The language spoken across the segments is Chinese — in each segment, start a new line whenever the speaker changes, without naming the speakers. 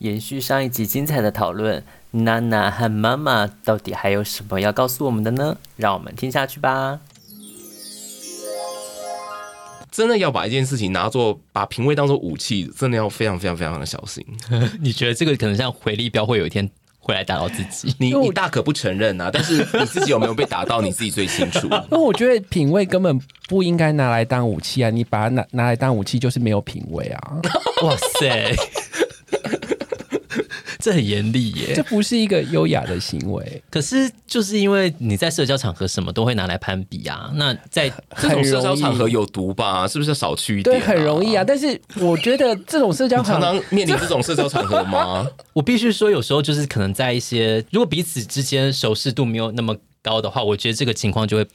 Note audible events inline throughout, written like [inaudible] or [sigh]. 延续上一集精彩的讨论，娜娜和妈妈到底还有什么要告诉我们的呢？让我们听下去吧。
真的要把一件事情拿做把品味当做武器，真的要非常非常非常的小心。
你觉得这个可能像回力镖会有一天会来打到自
[laughs]
己？
你你大可不承认啊，但是你自己有没有被打到，你自己最清楚。
因为我觉得品味根本不应该拿来当武器啊！你把它拿拿来当武器，就是没有品味啊！
[laughs] 哇塞， [laughs] 这很严厉
这
耶！
不是一个优雅的行为，
可是就是因为你在社交场合什么都会拿来攀比啊，那
[laughs]
在
这种社交
[laughs] 很容易
场合有毒吧？是不是要少去一点、
对，很容易啊。。但是我觉得这种社交
常
场，
常面临这种社交场合
[laughs]
吗？
我必须说，有时候就是可能在一些如果彼此之间熟识度没有那么高的话，我觉得这个情况就会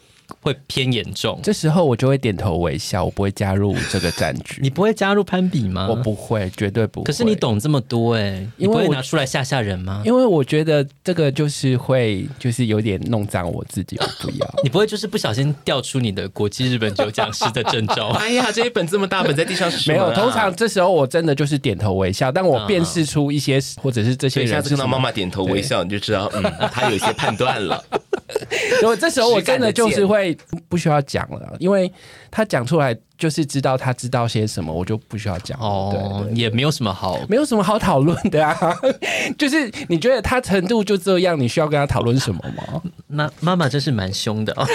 会偏严重。
这时候我就会点头微笑，我不会加入这个战局。
你不会加入攀比吗？
我。不会，绝对不会。
可是你，懂这么多哎、你
因为
不会
我
拿出来吓吓人吗？
因为我觉得这个就是会，就是有点弄脏我自己，我不
[laughs]
要。
你不会就是不小心调出你的国际日本酒讲师的证
[laughs]
照
哎呀，这一本这么大本在地上是什
没
么啊
有，通常这时候我真的就是点头微笑，但
嗯
我辨识出一些，或者是这
所
些
以下
人
次
是
看
什
到
么
妈妈点头微笑，你就知道，嗯，她有一些判断了。
[laughs] 所以这时候我真的就是会不需要讲了，因为他讲出来就是知道他知道些什么，我就不需要讲了。
哦，
对对。
也没有什么好。
没有什么好讨论的啊， [laughs] 就是你觉得他程度就这样，你需要跟他讨论什么吗？
妈妈妈真是蛮凶的 [laughs] 哦，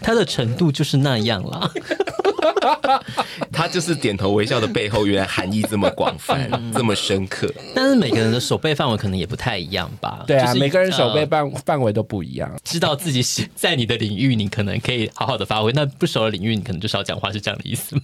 她的程度就是那样啦。
她就是点头微笑的背后，原来含义这么广泛，
嗯
这么深刻。
但是每个人的手背范围可能也不太一样吧。
对啊，
就是
每个人手背
呃
范范围都不一样。
知道自己是在你的领域，你可能可以好好的发挥；那不熟的领域，你可能就少讲话，是这样的意思吗？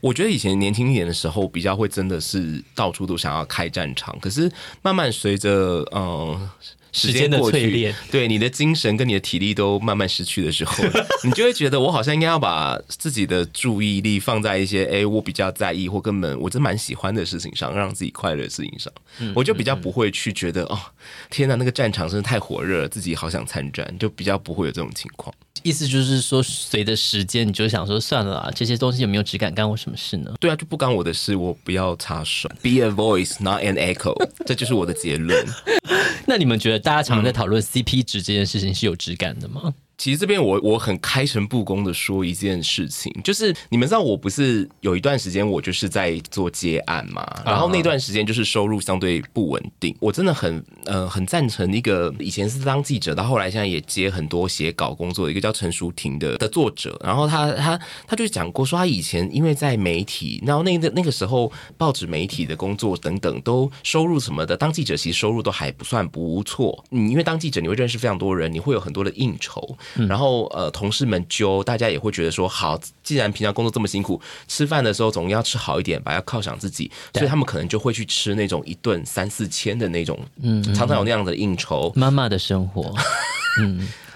我觉得以前年轻一点的时候，比较会真的是到处都想要开战场，可是慢慢随着嗯。呃
时间的
过去
淬炼，
对你的精神跟你的体力都慢慢失去的时候，你就会觉得我好像应该要把自己的注意力放在一些哎、我比较在意或根本我真蛮喜欢的事情上，让自己快乐的事情上，
嗯
我就比较不会去觉得哦，天哪，那个战场真的太火热了，自己好想参战，就比较不会有这种情况。
意思就是说，随着时间，你就想说算了啦，这些东西有没有质感，干我什么事呢？
对啊，就不干我的事，我不要插手。Be a voice, not an echo，这 [laughs] 就是我的结论。
那你们觉得大家常
嗯
常在讨论 CP 值这件事情是有质感的吗？
其实这边我我很开诚布公的说一件事情，就是你们知道我不是有一段时间我就是在做接案嘛，然后那段时间就是收入相对不稳定，我真的很呃很赞成一个以前是当记者，到后来现在也接很多写稿工作，一个叫陈淑婷的的作者，然后他他他就讲过说他以前因为在媒体，然后那个那个时候报纸媒体的工作等等都收入什么的，当记者其实收入都还不算不错，你因为当记者你会认识非常多人，你会有很多的应酬，然后呃同事们揪，大家也会觉得说好，既然平常工作这么辛苦，吃饭的时候总要吃好一点吧，要犒赏自己，所以他们可能就会去吃那种一顿三四千的那种，嗯，常常有那样的应酬，
妈妈的生
[laughs]
活，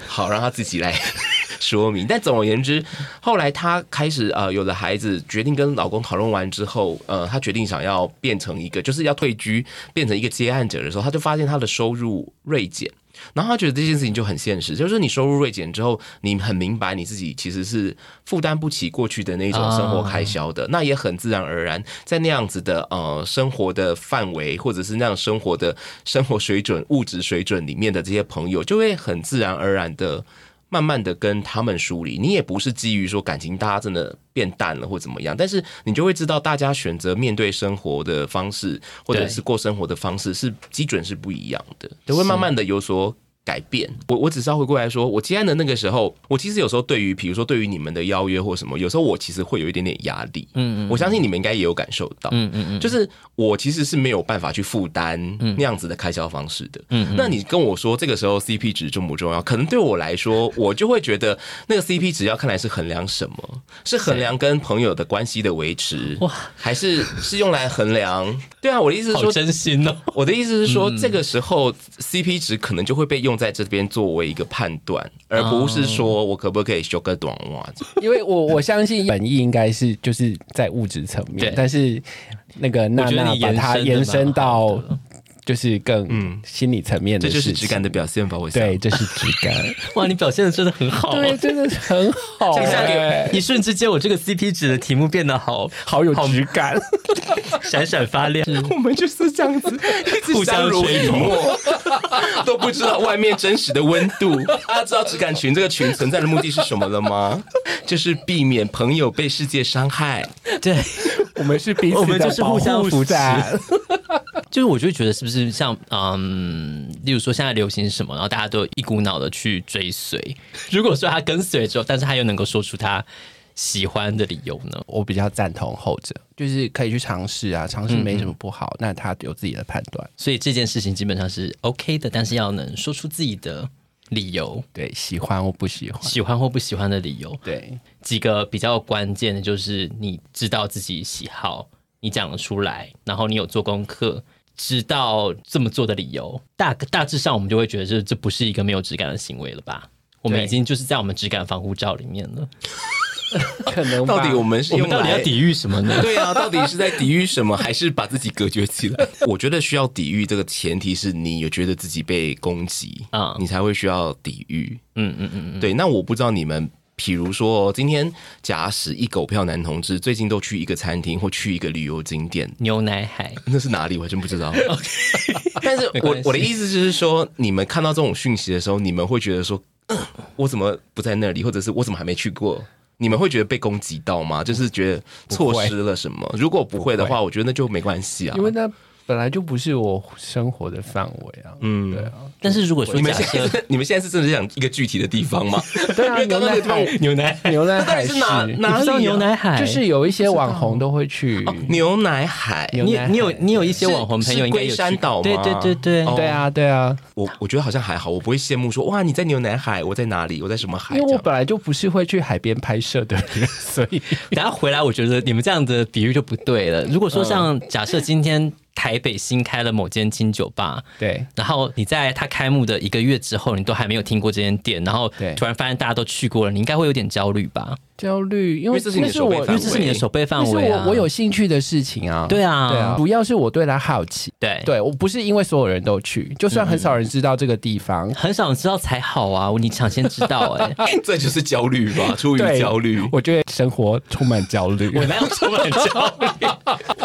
好让他自己来 [laughs] 说明。但总而言之，后来她开始呃有了孩子，决定跟老公讨论完之后，呃，她决定想要变成一个，就是要退居，变成一个接案者的时候，她就发现她的收入锐减。然后她觉得这件事情就很现实，就是你收入锐减之后，你很明白你自己其实是负担不起过去的那种生活开销的，那也很自然而然，在那样子的呃生活的范围，或者是那样生活的生活水准、物质水准里面的这些朋友，就会很自然而然的。慢慢的跟他们梳理，你也不是基于说感情大家真的变淡了或怎么样，但是你就会知道大家选择面对生活的方式，或者
对
是过生活的方式是基准是不一样的，都会慢慢的有所改变。我我只是要回过来说，我接案的那个时候，我其实有时候对于比如说对于你们的邀约或什么，有时候我其实会有一点点压力。嗯嗯，我相信你们应该也有感受到。嗯嗯嗯，就是我其实是没有办法去负担那样子的开销方式的。嗯，那你跟我说这个时候 CP 值重不重要？可能对我来说，我就会觉得那个 CP 值要看来是衡量什么？是衡量跟朋友的关系的维持，哇，还是是用来衡量？对啊，我的意思是
好
说，
真心
[laughs]
哦。
我的意思是说，这个时候 CP 值可能就会被用在这边作为一个判断，而不是
哦
说我可不可以修个短袜子。
因为我我相信本意应该是就是在物质层
对
面，但是那个娜
我觉得
娜
你
把它
延
延
伸
伸
得蛮好
到
的
就是更心理层面的
这就
事
是
情。
质感的表现吧？我想，
对，这是质感，
[laughs] 哇，你表现的真的很好、
对，真的是很好、
哦这下
欸，
一瞬之间，我这个 CP 值的题目变得好
好有质 [laughs] 感。
闪闪发亮。
我们就是这样子，一直
互相
相濡
吹
以
捧
沫， [laughs] 都不知道外面真实的温度。大家知道质感群这个群存在的目的是什么了吗？ [laughs] 就是避免朋友被世界伤害。
对，
[laughs] 我们是彼此的
我们就是互相
保护
扶持
伞
就是我就会觉得是不是像嗯，例如说现在流行什么，然后大家都一股脑的去追随。如果说他跟随之后，但是他又能够说出他喜欢的理由呢？
[laughs] 我比较赞同后者，就是可以去尝试啊，尝试没什么不 [laughs] 好。那他有自己的判断，
所以这件事情基本上是 OK 的，但是要能说出自己的理由，
对，喜欢或不喜欢，
喜欢或不喜欢的理由。
[laughs]
对，
几个比较关键的就是你知道自己喜好，你讲得出来，然后你有做功课，知道这么做的理由。大大致上，我们就会觉得这这不是一个没有质感的行为了吧？我们
对
已经就是在我们质感防护罩里面了。
可能吧
到底我们是
我
用
们到底要
来
抵御什么呢？
[laughs] 对啊，到底是在抵御什么，还是把自己隔绝起来？ [laughs] 我觉得需要抵御这个前提是你有觉得自己被攻击
啊
你才会需要抵御。
嗯嗯嗯嗯，
对，那我不知道你们。比如说，今天假使一狗票男同志最近都去一个餐厅或去一个旅游景点，
牛奶海
[laughs] 那是哪里？我还真不知
[laughs]
道。 [laughs] 但是
没关
我
系
我的意思就是说，你们看到这种讯息的时候，你们会觉得说，嗯我怎么不在那里，或者是我怎么还没去过？你们会觉得被攻击到吗？就是觉得错失了什么？如果不会的话，我觉得那就没关系啊
因。为那本来就不是我生活的范围啊。嗯，对啊，
但是如果说
你们
假
现
设
在 [laughs] 你们现在是真的想一个具体的地方
[laughs]
吗？
对啊，
因为刚
牛
刚那
奶
个地方
海，
牛奶
[laughs] 牛奶
到
海
底是哪
你
哪
是
知
里啊
道牛奶海
就是有一些网红都会去，
牛奶海？
牛
你
奶海
你有你有一些
是
网红朋友
是
应该有
龟
去
山岛吗
对对对对，
哦
对啊，对啊，
我我觉得好像还好，我不会羡慕说哇你在牛奶海，我在哪里？我在什么海？
因为
这
我
样
本来就不是会去海边拍摄的人，所以
[laughs] 等下回来，我觉得你们这样的比喻就不对了。如果说
嗯
像假设今天台北新开了某间金酒吧，
对
然后你在它开幕的一个月之后，你都还没有听过这间店，然后
对
突然发现大家都去过了，你应该会有点焦虑吧？
焦虑，因
为
为
这是你的
那是
手背
我
因
范围
为这是你的手背
那
范
是
围啊。
我我有兴趣的事情啊，
对啊
对啊，主要是我对他好奇。
对
对我不是因为所有人都去，就算很少人知道这个地方，
很少人知道才好啊，你抢先知道哎、
[laughs]
[laughs]
这就是焦虑吧，出于
对
焦虑。
我觉得生活充满焦虑。
我哪有充满焦虑？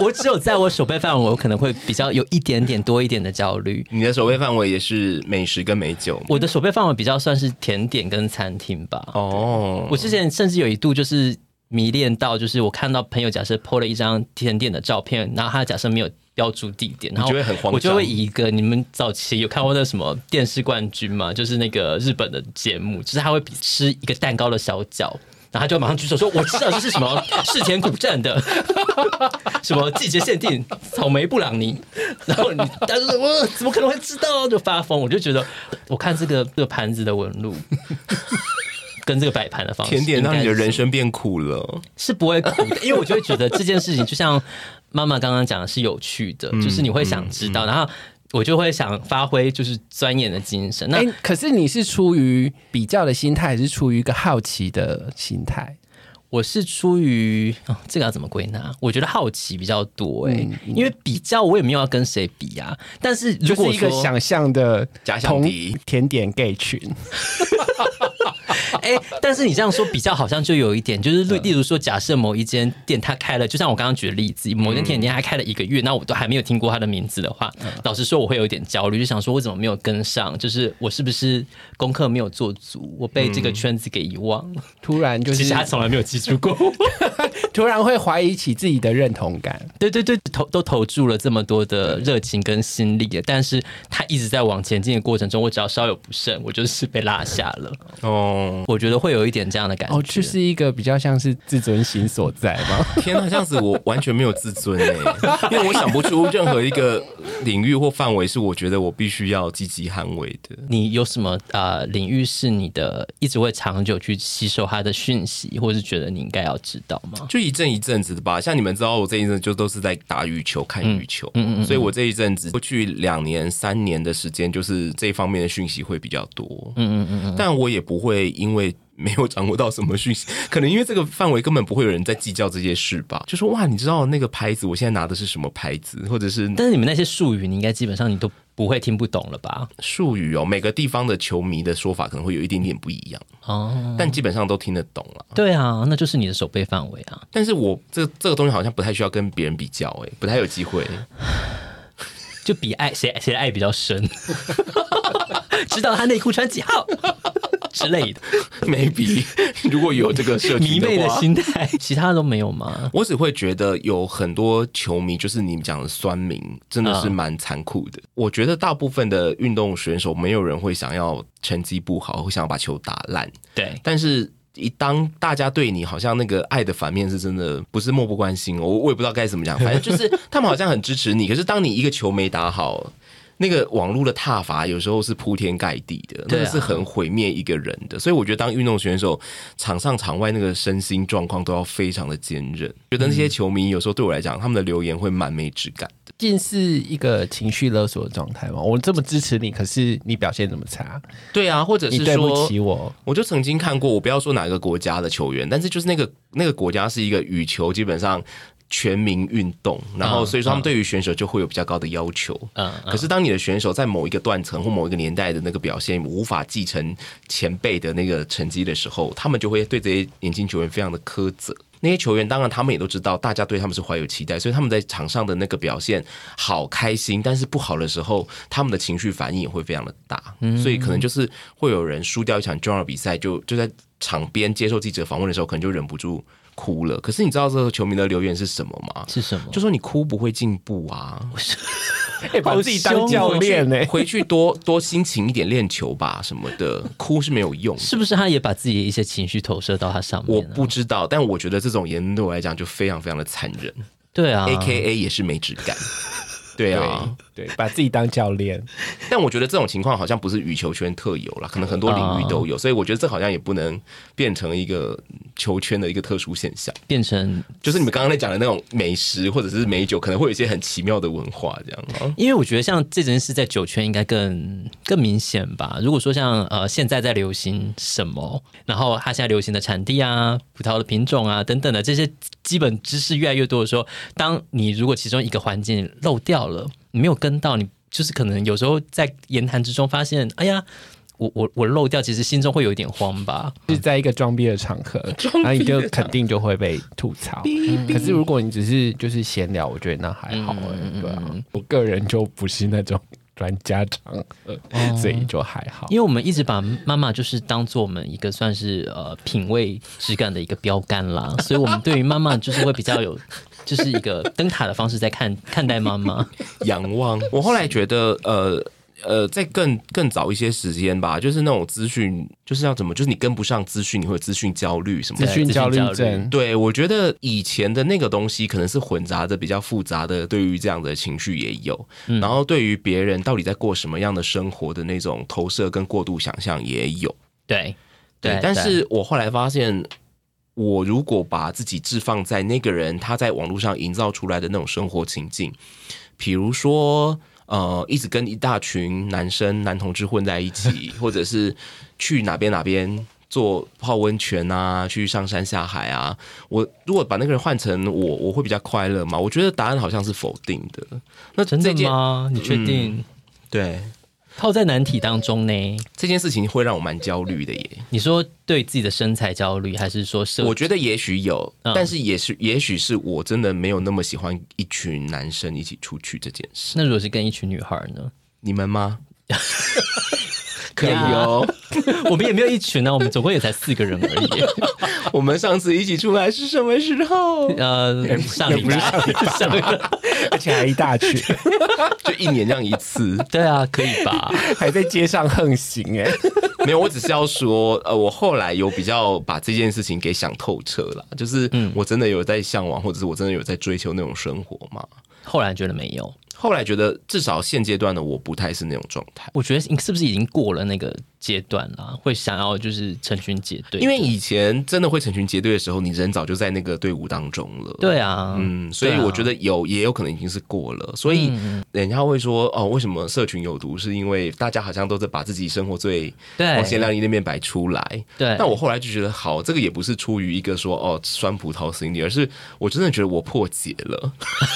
我只有在我手背范围，我可能会比较有一点点多一点的焦虑。
你的守备范围也是美食跟美酒吗
我的手背范围比较算是甜点跟餐厅吧。
哦，
我之前甚至有一度就是迷恋到，就是我看到朋友假设 PO 了一张甜点的照片，然后他假设没有标注地点，然后
你就会很慌张
我就会以一个你们早期有看过那什么电视冠军嘛，就是那个日本的节目，就是他会比吃一个蛋糕的小角。然后他就马上举手说：“我知道这是什
[laughs]
么世田谷站的什么季节限定草莓布朗尼。”然后你他就说：“我怎么可能会知道？”就发疯。我就觉得，我看这个这个盘子的纹路，跟这个摆盘的方式，
甜点让你
应
的
该是
人生变苦了。
是不会苦的，因为我就会觉得这件事情就像妈妈刚刚讲的是有趣的，
嗯
就是你会想知道，然后我就会想发挥就是钻研的精 [laughs] 神。那、
哎、可是你是出于比较的心态，还是出于一个好奇的心态？
我是出于、哦、这个要怎么归纳？我觉得好奇比较多哎、
嗯
因为比较我也没有要跟谁比啊，但是如
就
果
是一个
说
想象的
假想敌
同甜点 gay 群，
哎、但是你这样说比较好像就有一点，就是例例如说，假设某一间店它开了，就像我刚刚举的例子，某间甜点店它开了一个月，那我都还没有听过它的名字的话，老实说我会有一点焦虑，就想说我怎么没有跟上，就是我是不是功课没有做足，我被这个圈子给遗忘了？
突然
嗯
就
其 [laughs] 实
是
他从来没有记住过。
[laughs] 突然会怀疑起自己的认同感。
[laughs] 对对对，投都投注了这么多的热情跟心力了，但是他一直在往前进的过程中，我只要稍有不慎，我就是被落下了。
哦，
我觉得会有一点这样的感觉。
哦，这是一个比较像是自尊心所在吗？
天哪，这样子我完全没有自尊哎、因为我想不出任何一个领域或范围是我觉得我必须要积极捍卫的。
你有什么呃领域是你的一直会长久去吸收它的讯息，或是觉得你应该要知道吗？
就一阵一阵子的吧，像你们知道，我这一阵就都是在打羽球、看羽球，所以我这一阵子过去两年、三年的时间，就是这方面的讯息会比较多，嗯嗯嗯但我也不会因为没有掌握到什么讯息，可能因为这个范围根本不会有人在计较这些事吧。就说哇，你知道那个牌子，我现在拿的是什么牌子，或者是
但是你们那些术语，你应该基本上你都不会听不懂了吧？
术语哦，每个地方的球迷的说法可能会有一点点不一样，
哦，
但基本上都听得懂了。
对啊，那就是你的手背范围啊。
但是我这这个东西好像不太需要跟别人比较、欸，哎，不太有机会、
就比爱谁谁的爱比较 [laughs] 深，知道他内裤穿几 [laughs] 号之类的，
[laughs] maybe 如果有这个社
迷
群
妹的
话。
心态，其他的都没有吗？
我只会觉得有很多球迷，就是你讲的酸民，真的是蛮残酷的。我觉得大部分的运动选手，没有人会想要成绩不好，会想要把球打烂。
对，
但是，一当大家对你好像那个爱的反面是真的，不是漠不关心哦，我我也不知道该怎么 [laughs] 讲，反正就是他们好像很支持你。可是，当你一个球没打好，那个网络的踏伐有时候是铺天盖地的，那
对啊
个是很毁灭一个人的。所以，我觉得当运动选手，场上场外那个身心状况都要非常的坚韧。觉得那些球迷有时候对我来讲，他们的留言会蛮没质感的。
近是一个情绪勒索的状态嘛。我这么支持你，可是你表现这么差，
对啊，或者
你
是
对不
说
起我。
我就曾经看过，我不要说哪个国家的球员，但是就是那个那个国家是一个羽球基本上全民运动，然后所以说他们对于选手就会有比较高的要求。
嗯，
可是当你的选手在某一个断层或某一个年代的那个表现无法继承前辈的那个成绩的时候，他们就会对这些年轻球员非常的苛责。那些球员当然他们也都知道，大家对他们是怀有期待，所以他们在场上的那个表现好开心，但是不好的时候，他们的情绪反应也会非常的大，所以可能就是会有人输掉一场重要的比赛，就就在场边接受记者访问的时候，可能就忍不住哭了。可是你知道这个球迷的留言是什么吗？
是什么？
就说你哭不会进步啊，
[laughs] 哎、把自己当教练欸呢、
回去多多辛勤一点练球吧，什么的， [laughs] 哭是没有用的。
是不是他也把自己的一些情绪投射到他上
我
面、啊？
不知道，但我觉得这种言论对我来讲就非常非常的残忍、
对啊
a K A 也是没质
[laughs]
感。对啊，
对，把自己当教练，
但我觉得这种情况好像不是羽球圈特有啦，可能很多
啊
领域都有，所以我觉得这好像也不能变成一个球圈的一个特殊现象。
变成
就是你们刚刚在讲的那种美食或者是美酒，可能会有一些很奇妙的文化这样。
因为我觉得像这件事在酒圈应该更更明显吧。如果说像呃现在在流行什么，然后它现在流行的产地啊、葡萄的品种啊等等的这些基本知识越来越多的时候，当你如果其中一个环境漏掉了，你没有跟到，你就是可能有时候在言谈之中发现，哎呀。我我我漏掉，其实心中会有一点慌吧。
是在一个 [laughs] 装逼的场合，然后你就肯定就会被吐槽。可是如果你只是就是闲聊，我觉得那还好哎、对啊，我个人就不是那种专家场合，所以就还好。
因为我们一直把妈妈就是当做我们一个算是呃品味质感的一个标杆啦， [laughs] 所以我们对于妈妈就是会比较有， [laughs] 就是一个灯塔的方式在看 [laughs] 看待妈妈。
仰望。 [laughs] 我后来觉得，呃呃，在更更早一些时间吧，就是那种资讯，就是要怎么，就是你跟不上资讯，你会有资讯焦虑什么
资
的。
讯焦虑
资讯焦虑
症，
对，我觉得以前的那个东西可能是混杂着比较复杂的，对于这样的情绪也有，然后对于别人到底在过什么样的生活的那种投射跟过度想象也有。
对
对，但是我后来发现，我如果把自己置放在那个人他在网络上营造出来的那种生活情境，比如说。呃，一直跟一大群男生、男同志混在一
[laughs]
起，或者是去哪边哪边做泡温泉啊，去上山下海啊。我如果把那个人换成我，我会比较快乐嘛？我觉得答案好像是否定的。那
真
这
的
件
吗？你确定、
对
套在难题当中呢？
这件事情会让我蛮焦虑的耶。
你说对自己的身材焦虑，还是说社
我觉得也许有，
嗯
但是也是也许是我真的没有那么喜欢一群男生一起出去这件事。
那如果是跟一群女孩呢？
你们吗？可以哦，
[laughs] 我们也没有一群啊，我们总共也才四个人而 [laughs] 已。
我们上次一起出来是什么时候？
[laughs] 呃，上礼拜，上礼拜，
[laughs] 而且还一大群，
就一年这样一次。
对啊，可以吧？
还在街上横行哎、
没有，我只是要说，呃，我后来有比较把这件事情给想透彻了，就是我真的有在向往，或者是我真的有在追求那种生活嘛。
[laughs] 后来觉得没有。
后来觉得，至少现阶段的我不太是那种状态。
我觉得你是不是已经过了那个阶段啦，会想要就是成群结队，
因为以前真的会成群结队的时候，你人早就在那个队伍当中了。
对啊，嗯
嗯，所以我觉得有、也有可能已经是过了，所以人家会说哦，为什么社群有毒？是因为大家好像都在把自己生活最
对
光鲜亮丽那面摆出来。
对
但我后来就觉得，好，这个也不是出于一个说哦酸葡萄心理，而是我真的觉得我破解了， [laughs]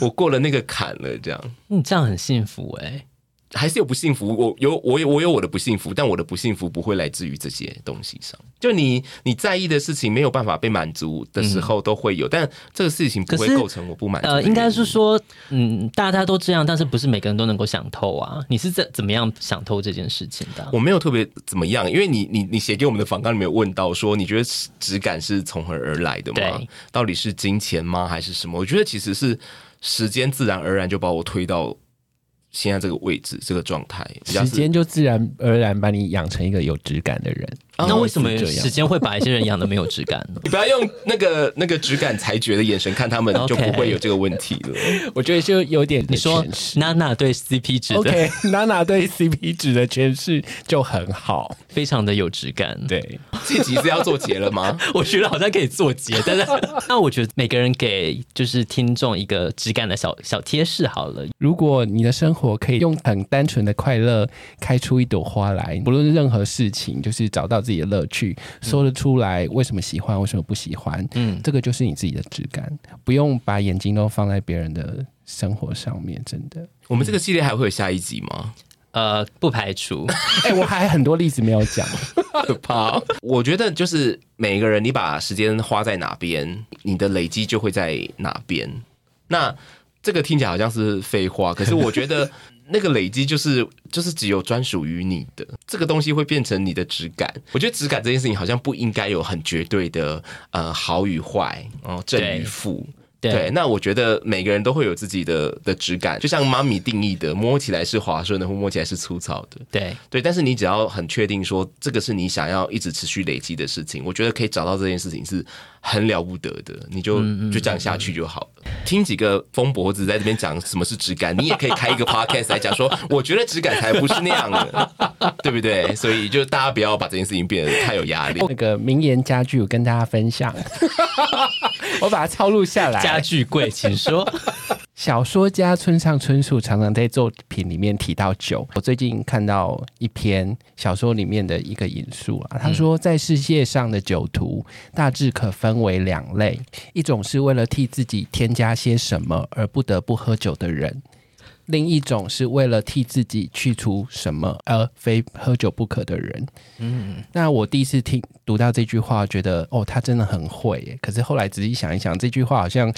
我过了那个坎了，这样。
你这样很幸福哎、
还是有不幸福，我有我有我有我的不幸福，但我的不幸福不会来自于这些东西上。就你你在意的事情没有办法被满足的时候，都会有，但这个事情不会
嗯可是
构成我不满足的
呃，
原因。
应该是说，嗯，大家都这样，但是不是每个人都能够想透啊？你是怎怎么样想透这件事情的啊、
我没有特别怎么样，因为你你你写给我们的访纲里面有问到说，你觉得质感是从何而来的吗
对？
到底是金钱吗，还是什么？我觉得其实是时间自然而然就把我推到现在这个位置、这个状态。比较
时
是
间就自然而然把你养成一个有质感的人。
啊那为什么
是这样
时间会把一些人养的没有质感呢？
你不要用那个那个质感裁决的眼神看他们，就不会有这个问题了。
我觉得就有点
你说
诠释
娜娜对 CP 值的
OK，娜 [laughs] 娜对 CP 值的诠释就很好。
非常的有质感，
对，
这集是要做结了吗？
我觉得好像可以做结，但是那我觉得每个人给就是听众一个质感的小小贴士好了。
如果你的生活可以用很单纯的快乐开出一朵花来，不论是任何事情，就是找到自己的乐趣，说得出来为什么喜欢，为什么不喜欢，
嗯
嗯，这个就是你自己的质感，不用把眼睛都放在别人的生活上面，真的。
我们这个系列还会有下一集吗？
呃，不排除
哎、我还很多例子没有讲，
可怕哦！ [laughs] 我觉得就是每个人，你把时间花在哪边，你的累积就会在哪边。那这个听起来好像是废话，可是我觉得那个累积就是就是只有专属于你的这个东西会变成你的质感。我觉得质感这件事情好像不应该有很绝对的呃好与坏，然后正与
对
负。
对
那我觉得每个人都会有自己的的质感，就像妈咪定义的，摸起来是滑顺的，或摸起来是粗糙的。
对
对，但是你只要很确定说这个是你想要一直持续累积的事情，我觉得可以找到这件事情是很了不得的，你就
嗯
就这样下去就好了。听几个疯脖子在这边讲什么是质感，你也可以开一个 podcast 来讲说，我觉得质感才不是那样的，对不对？所以就大家不要把这件事情变得太有压力。
哦
那个名言佳句，我跟大家分享， [laughs] 我把它抄录下来。
家具柜，请说。
小说家村上春树常常在作品里面提到酒。我最近看到一篇小说里面的一个引述啊，他说在世界上的酒徒大致可分为两类，一种是为了替自己添加些什么而不得不喝酒的人。另一种是为了替自己去除什么而非喝酒不可的人。嗯，那我第一次听读到这句话，觉得哦，他真的很会耶。可是后来仔细想一想，这句话好像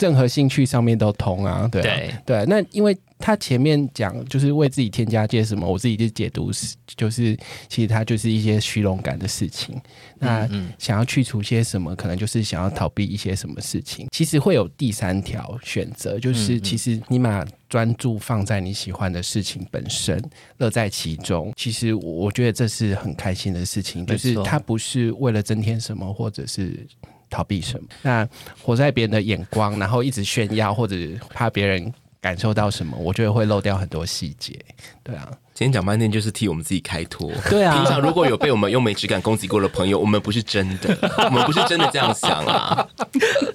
任何兴趣上面都通啊， [laughs] 对啊
对
对，那因为他前面讲就是为自己添加些什么，我自己就解读是就是其实他就是一些虚荣感的事情。
嗯
那想要去除些什么，可能就是想要逃避一些什么事情。其实会有第三条选择，
嗯
就是其实你把专注放在你喜欢的事情本身，乐在其中。其实我我觉得这是很开心的事情，就是
没错
它不是为了增添什么，或者是逃避什么。那活在别人的眼光，然后一直炫耀，或者怕别人感受到什么，我觉得会漏掉很多细节。对啊，
今天讲半天就是替我们自己开脱。
[laughs] 对啊
平常如果有被我们用美质感攻击过的朋友，我们不是真的，我们不是真的这样想啊。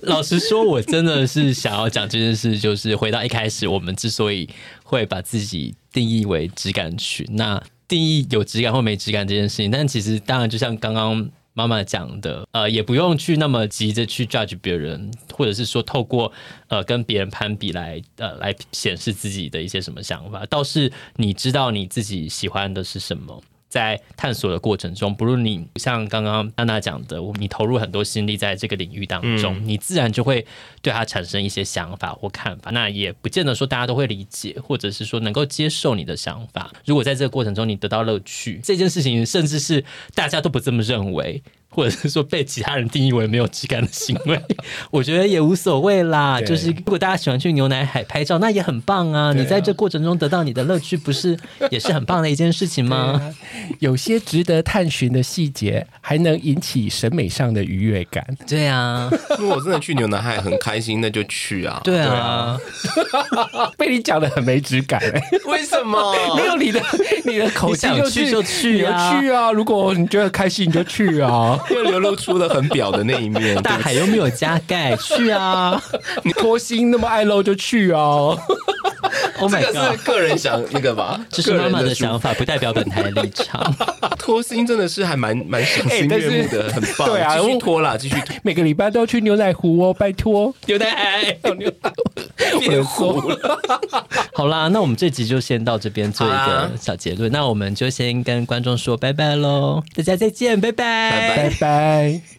老实说，我真的是想要讲这件事，就是回到一开始，我们之所以会把自己定义为质感群，那定义有质感或没质感这件事情，但其实当然就像刚刚。妈妈讲的，呃，也不用去那么急着去 judge 别人，或者是说透过呃跟别人攀比来呃来显示自己的一些什么想法，倒是你知道你自己喜欢的是什么，在探索的过程中，不论你像刚刚安娜讲的，我你投入很多心力在这个领域当中，你自然就会对它产生一些想法或看法。那也不见得说大家都会理解，或者是说能够接受你的想法。如果在这个过程中你得到乐趣，这件事情甚至是大家都不这么认为。或者是说被其他人定义为没有质感的行为，我觉得也无所谓啦。
对
就是如果大家喜欢去牛奶海拍照，那也很棒啊！你在这过程中得到你的乐趣，不是也是很棒的一件事情吗？
有些值得探寻的细节，还能引起审美上的愉悦感。
对啊，
如果真的去牛奶海很开心，那就去啊。
对啊，
[laughs] 被你讲的很没质感、 [laughs]
为什么？
没有你的你的口
你
气
想
就
去
是
就去啊
你就去啊！如果你觉得开心，你就去啊！
又流露出了很表的那一面。
大海又没有加盖，去
[laughs]
啊
[laughs] 你拖星那么爱露就去啊！
！Oh
对
my
这个
god！
是个人想那个吧，
这是妈妈
个人
的
抒
想法，不代表本台立
[laughs]
场。
脱星真的是还蛮蛮赏心
哎但是
悦目的，很棒。
对啊
继续
我
脱啦，继续
[laughs]
脱。
[laughs] 每个礼拜都要去牛奶湖哦，拜托！
牛奶海，
变糊了，
好啦，那我们这集就先到这边做一
好
个
啊
小结论。那我们就先跟观众说拜拜喽，大家再见，拜拜
拜拜
[laughs] 拜拜。